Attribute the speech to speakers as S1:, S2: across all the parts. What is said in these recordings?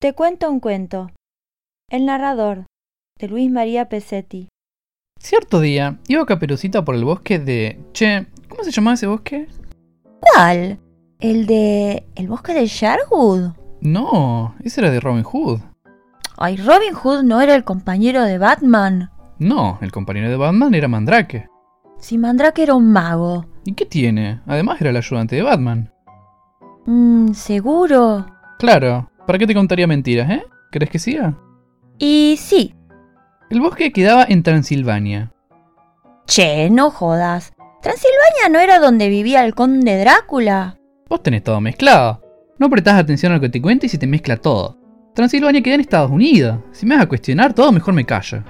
S1: Te cuento un cuento. El narrador, de Luis María Pesetti.
S2: Cierto día, iba Caperucita por el bosque de... Che, ¿cómo se llamaba ese bosque?
S3: ¿Cuál? ¿El de... el bosque de Sherwood?
S2: No, ese era de Robin Hood.
S3: Ay, Robin Hood no era el compañero de Batman.
S2: No, el compañero de Batman era Mandrake.
S3: Si Mandrake era un mago.
S2: ¿Y qué tiene? Además era el ayudante de Batman.
S3: Mm, seguro.
S2: Claro, ¿para qué te contaría mentiras, eh? ¿Crees que siga?
S3: Y sí.
S2: El bosque quedaba en Transilvania.
S3: Che, no jodas. Transilvania no era donde vivía el conde Drácula.
S2: Vos tenés todo mezclado. No prestás atención a lo que te cuento y se te mezcla todo. Transilvania queda en Estados Unidos. Si me vas a cuestionar todo, mejor me callo.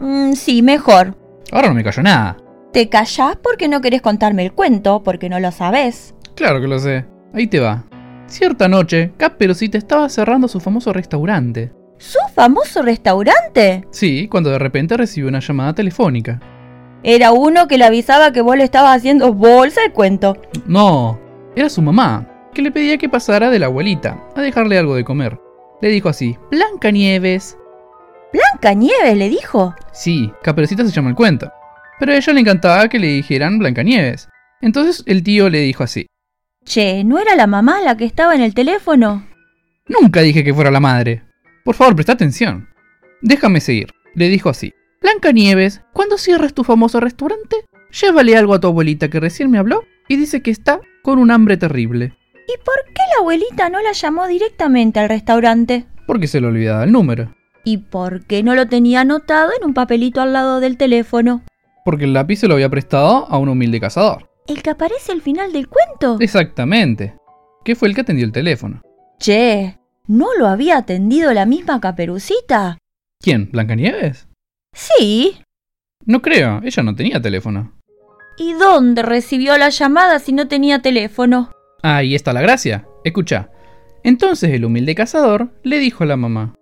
S3: Mm, sí, mejor.
S2: Ahora no me callo nada.
S3: Te callás porque no querés contarme el cuento, porque no lo sabés.
S2: Claro que lo sé. Ahí te va. Cierta noche, Caperucita estaba cerrando su famoso restaurante.
S3: ¿Su famoso restaurante?
S2: Sí, cuando de repente recibió una llamada telefónica.
S3: Era uno que le avisaba que vos le estabas haciendo bolsa el cuento.
S2: No, era su mamá, que le pedía que pasara de la abuelita a dejarle algo de comer. Le dijo así: Blanca Nieves.
S3: Blanca Nieves le dijo.
S2: Sí, Caperucita se llama el cuento. Pero a ella le encantaba que le dijeran Blancanieves. Entonces el tío le dijo así:
S3: Che, ¿no era la mamá la que estaba en el teléfono?
S2: Nunca dije que fuera la madre. Por favor, presta atención. Déjame seguir. Le dijo así: Blancanieves, cuando cierres tu famoso restaurante, llévale algo a tu abuelita que recién me habló y dice que está con un hambre terrible.
S3: ¿Y por qué la abuelita no la llamó directamente al restaurante?
S2: Porque se le olvidaba el número.
S3: ¿Y por qué no lo tenía anotado en un papelito al lado del teléfono?
S2: Porque el lápiz se lo había prestado a un humilde cazador.
S3: ¿El que aparece al final del cuento?
S2: Exactamente. Que fue el que atendió el teléfono.
S3: Che, ¿no lo había atendido la misma caperucita?
S2: ¿Quién? ¿Blancanieves?
S3: Sí.
S2: No creo, ella no tenía teléfono.
S3: ¿Y dónde recibió la llamada si no tenía teléfono?
S2: Ahí está la gracia. Escucha. Entonces el humilde cazador le dijo a la mamá: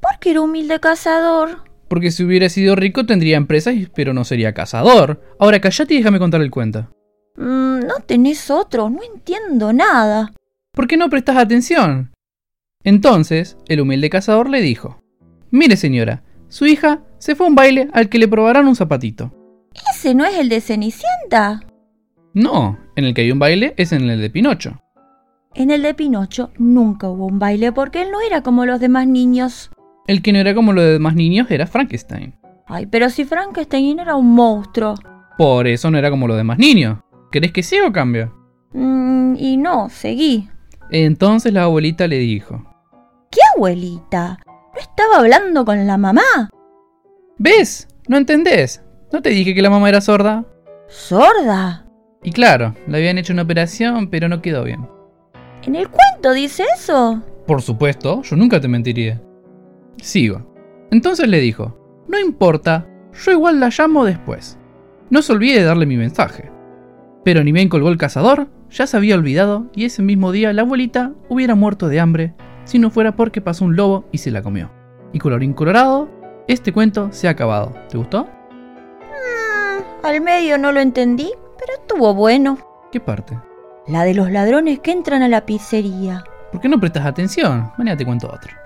S3: ¿Por qué era humilde cazador?
S2: Porque si hubiera sido rico tendría empresas, pero no sería cazador. Ahora callate y déjame contar el cuento.
S3: Mm, no tenés otro, no entiendo nada.
S2: ¿Por qué no prestás atención? Entonces, el humilde cazador le dijo: Mire, señora, su hija se fue a un baile al que le probarán un zapatito.
S3: ¿Ese no es el de Cenicienta?
S2: No, en el que hay un baile es en el de Pinocho.
S3: En el de Pinocho nunca hubo un baile porque él no era como los demás niños.
S2: El que no era como los demás niños era Frankenstein.
S3: Ay, pero si Frankenstein era un monstruo.
S2: Por eso no era como los demás niños. ¿Querés que siga o cambio?
S3: Mm, y no, seguí.
S2: Entonces la abuelita le dijo:
S3: ¿Qué abuelita? ¿No estaba hablando con la mamá?
S2: ¿Ves? No entendés. ¿No te dije que la mamá era sorda?
S3: ¿Sorda?
S2: Y claro, le habían hecho una operación, pero no quedó bien.
S3: ¿En el cuento dice eso?
S2: Por supuesto, yo nunca te mentiría. Sigo. Entonces le dijo, no importa, yo igual la llamo después. No se olvide de darle mi mensaje. Pero ni bien colgó el cazador, ya se había olvidado y ese mismo día la abuelita hubiera muerto de hambre si no fuera porque pasó un lobo y se la comió. Y colorín colorado, este cuento se ha acabado. ¿Te gustó?
S3: Al medio no lo entendí, pero estuvo bueno.
S2: ¿Qué parte?
S3: La de los ladrones que entran a la pizzería.
S2: ¿Por qué no prestas atención? Mañana te cuento otro.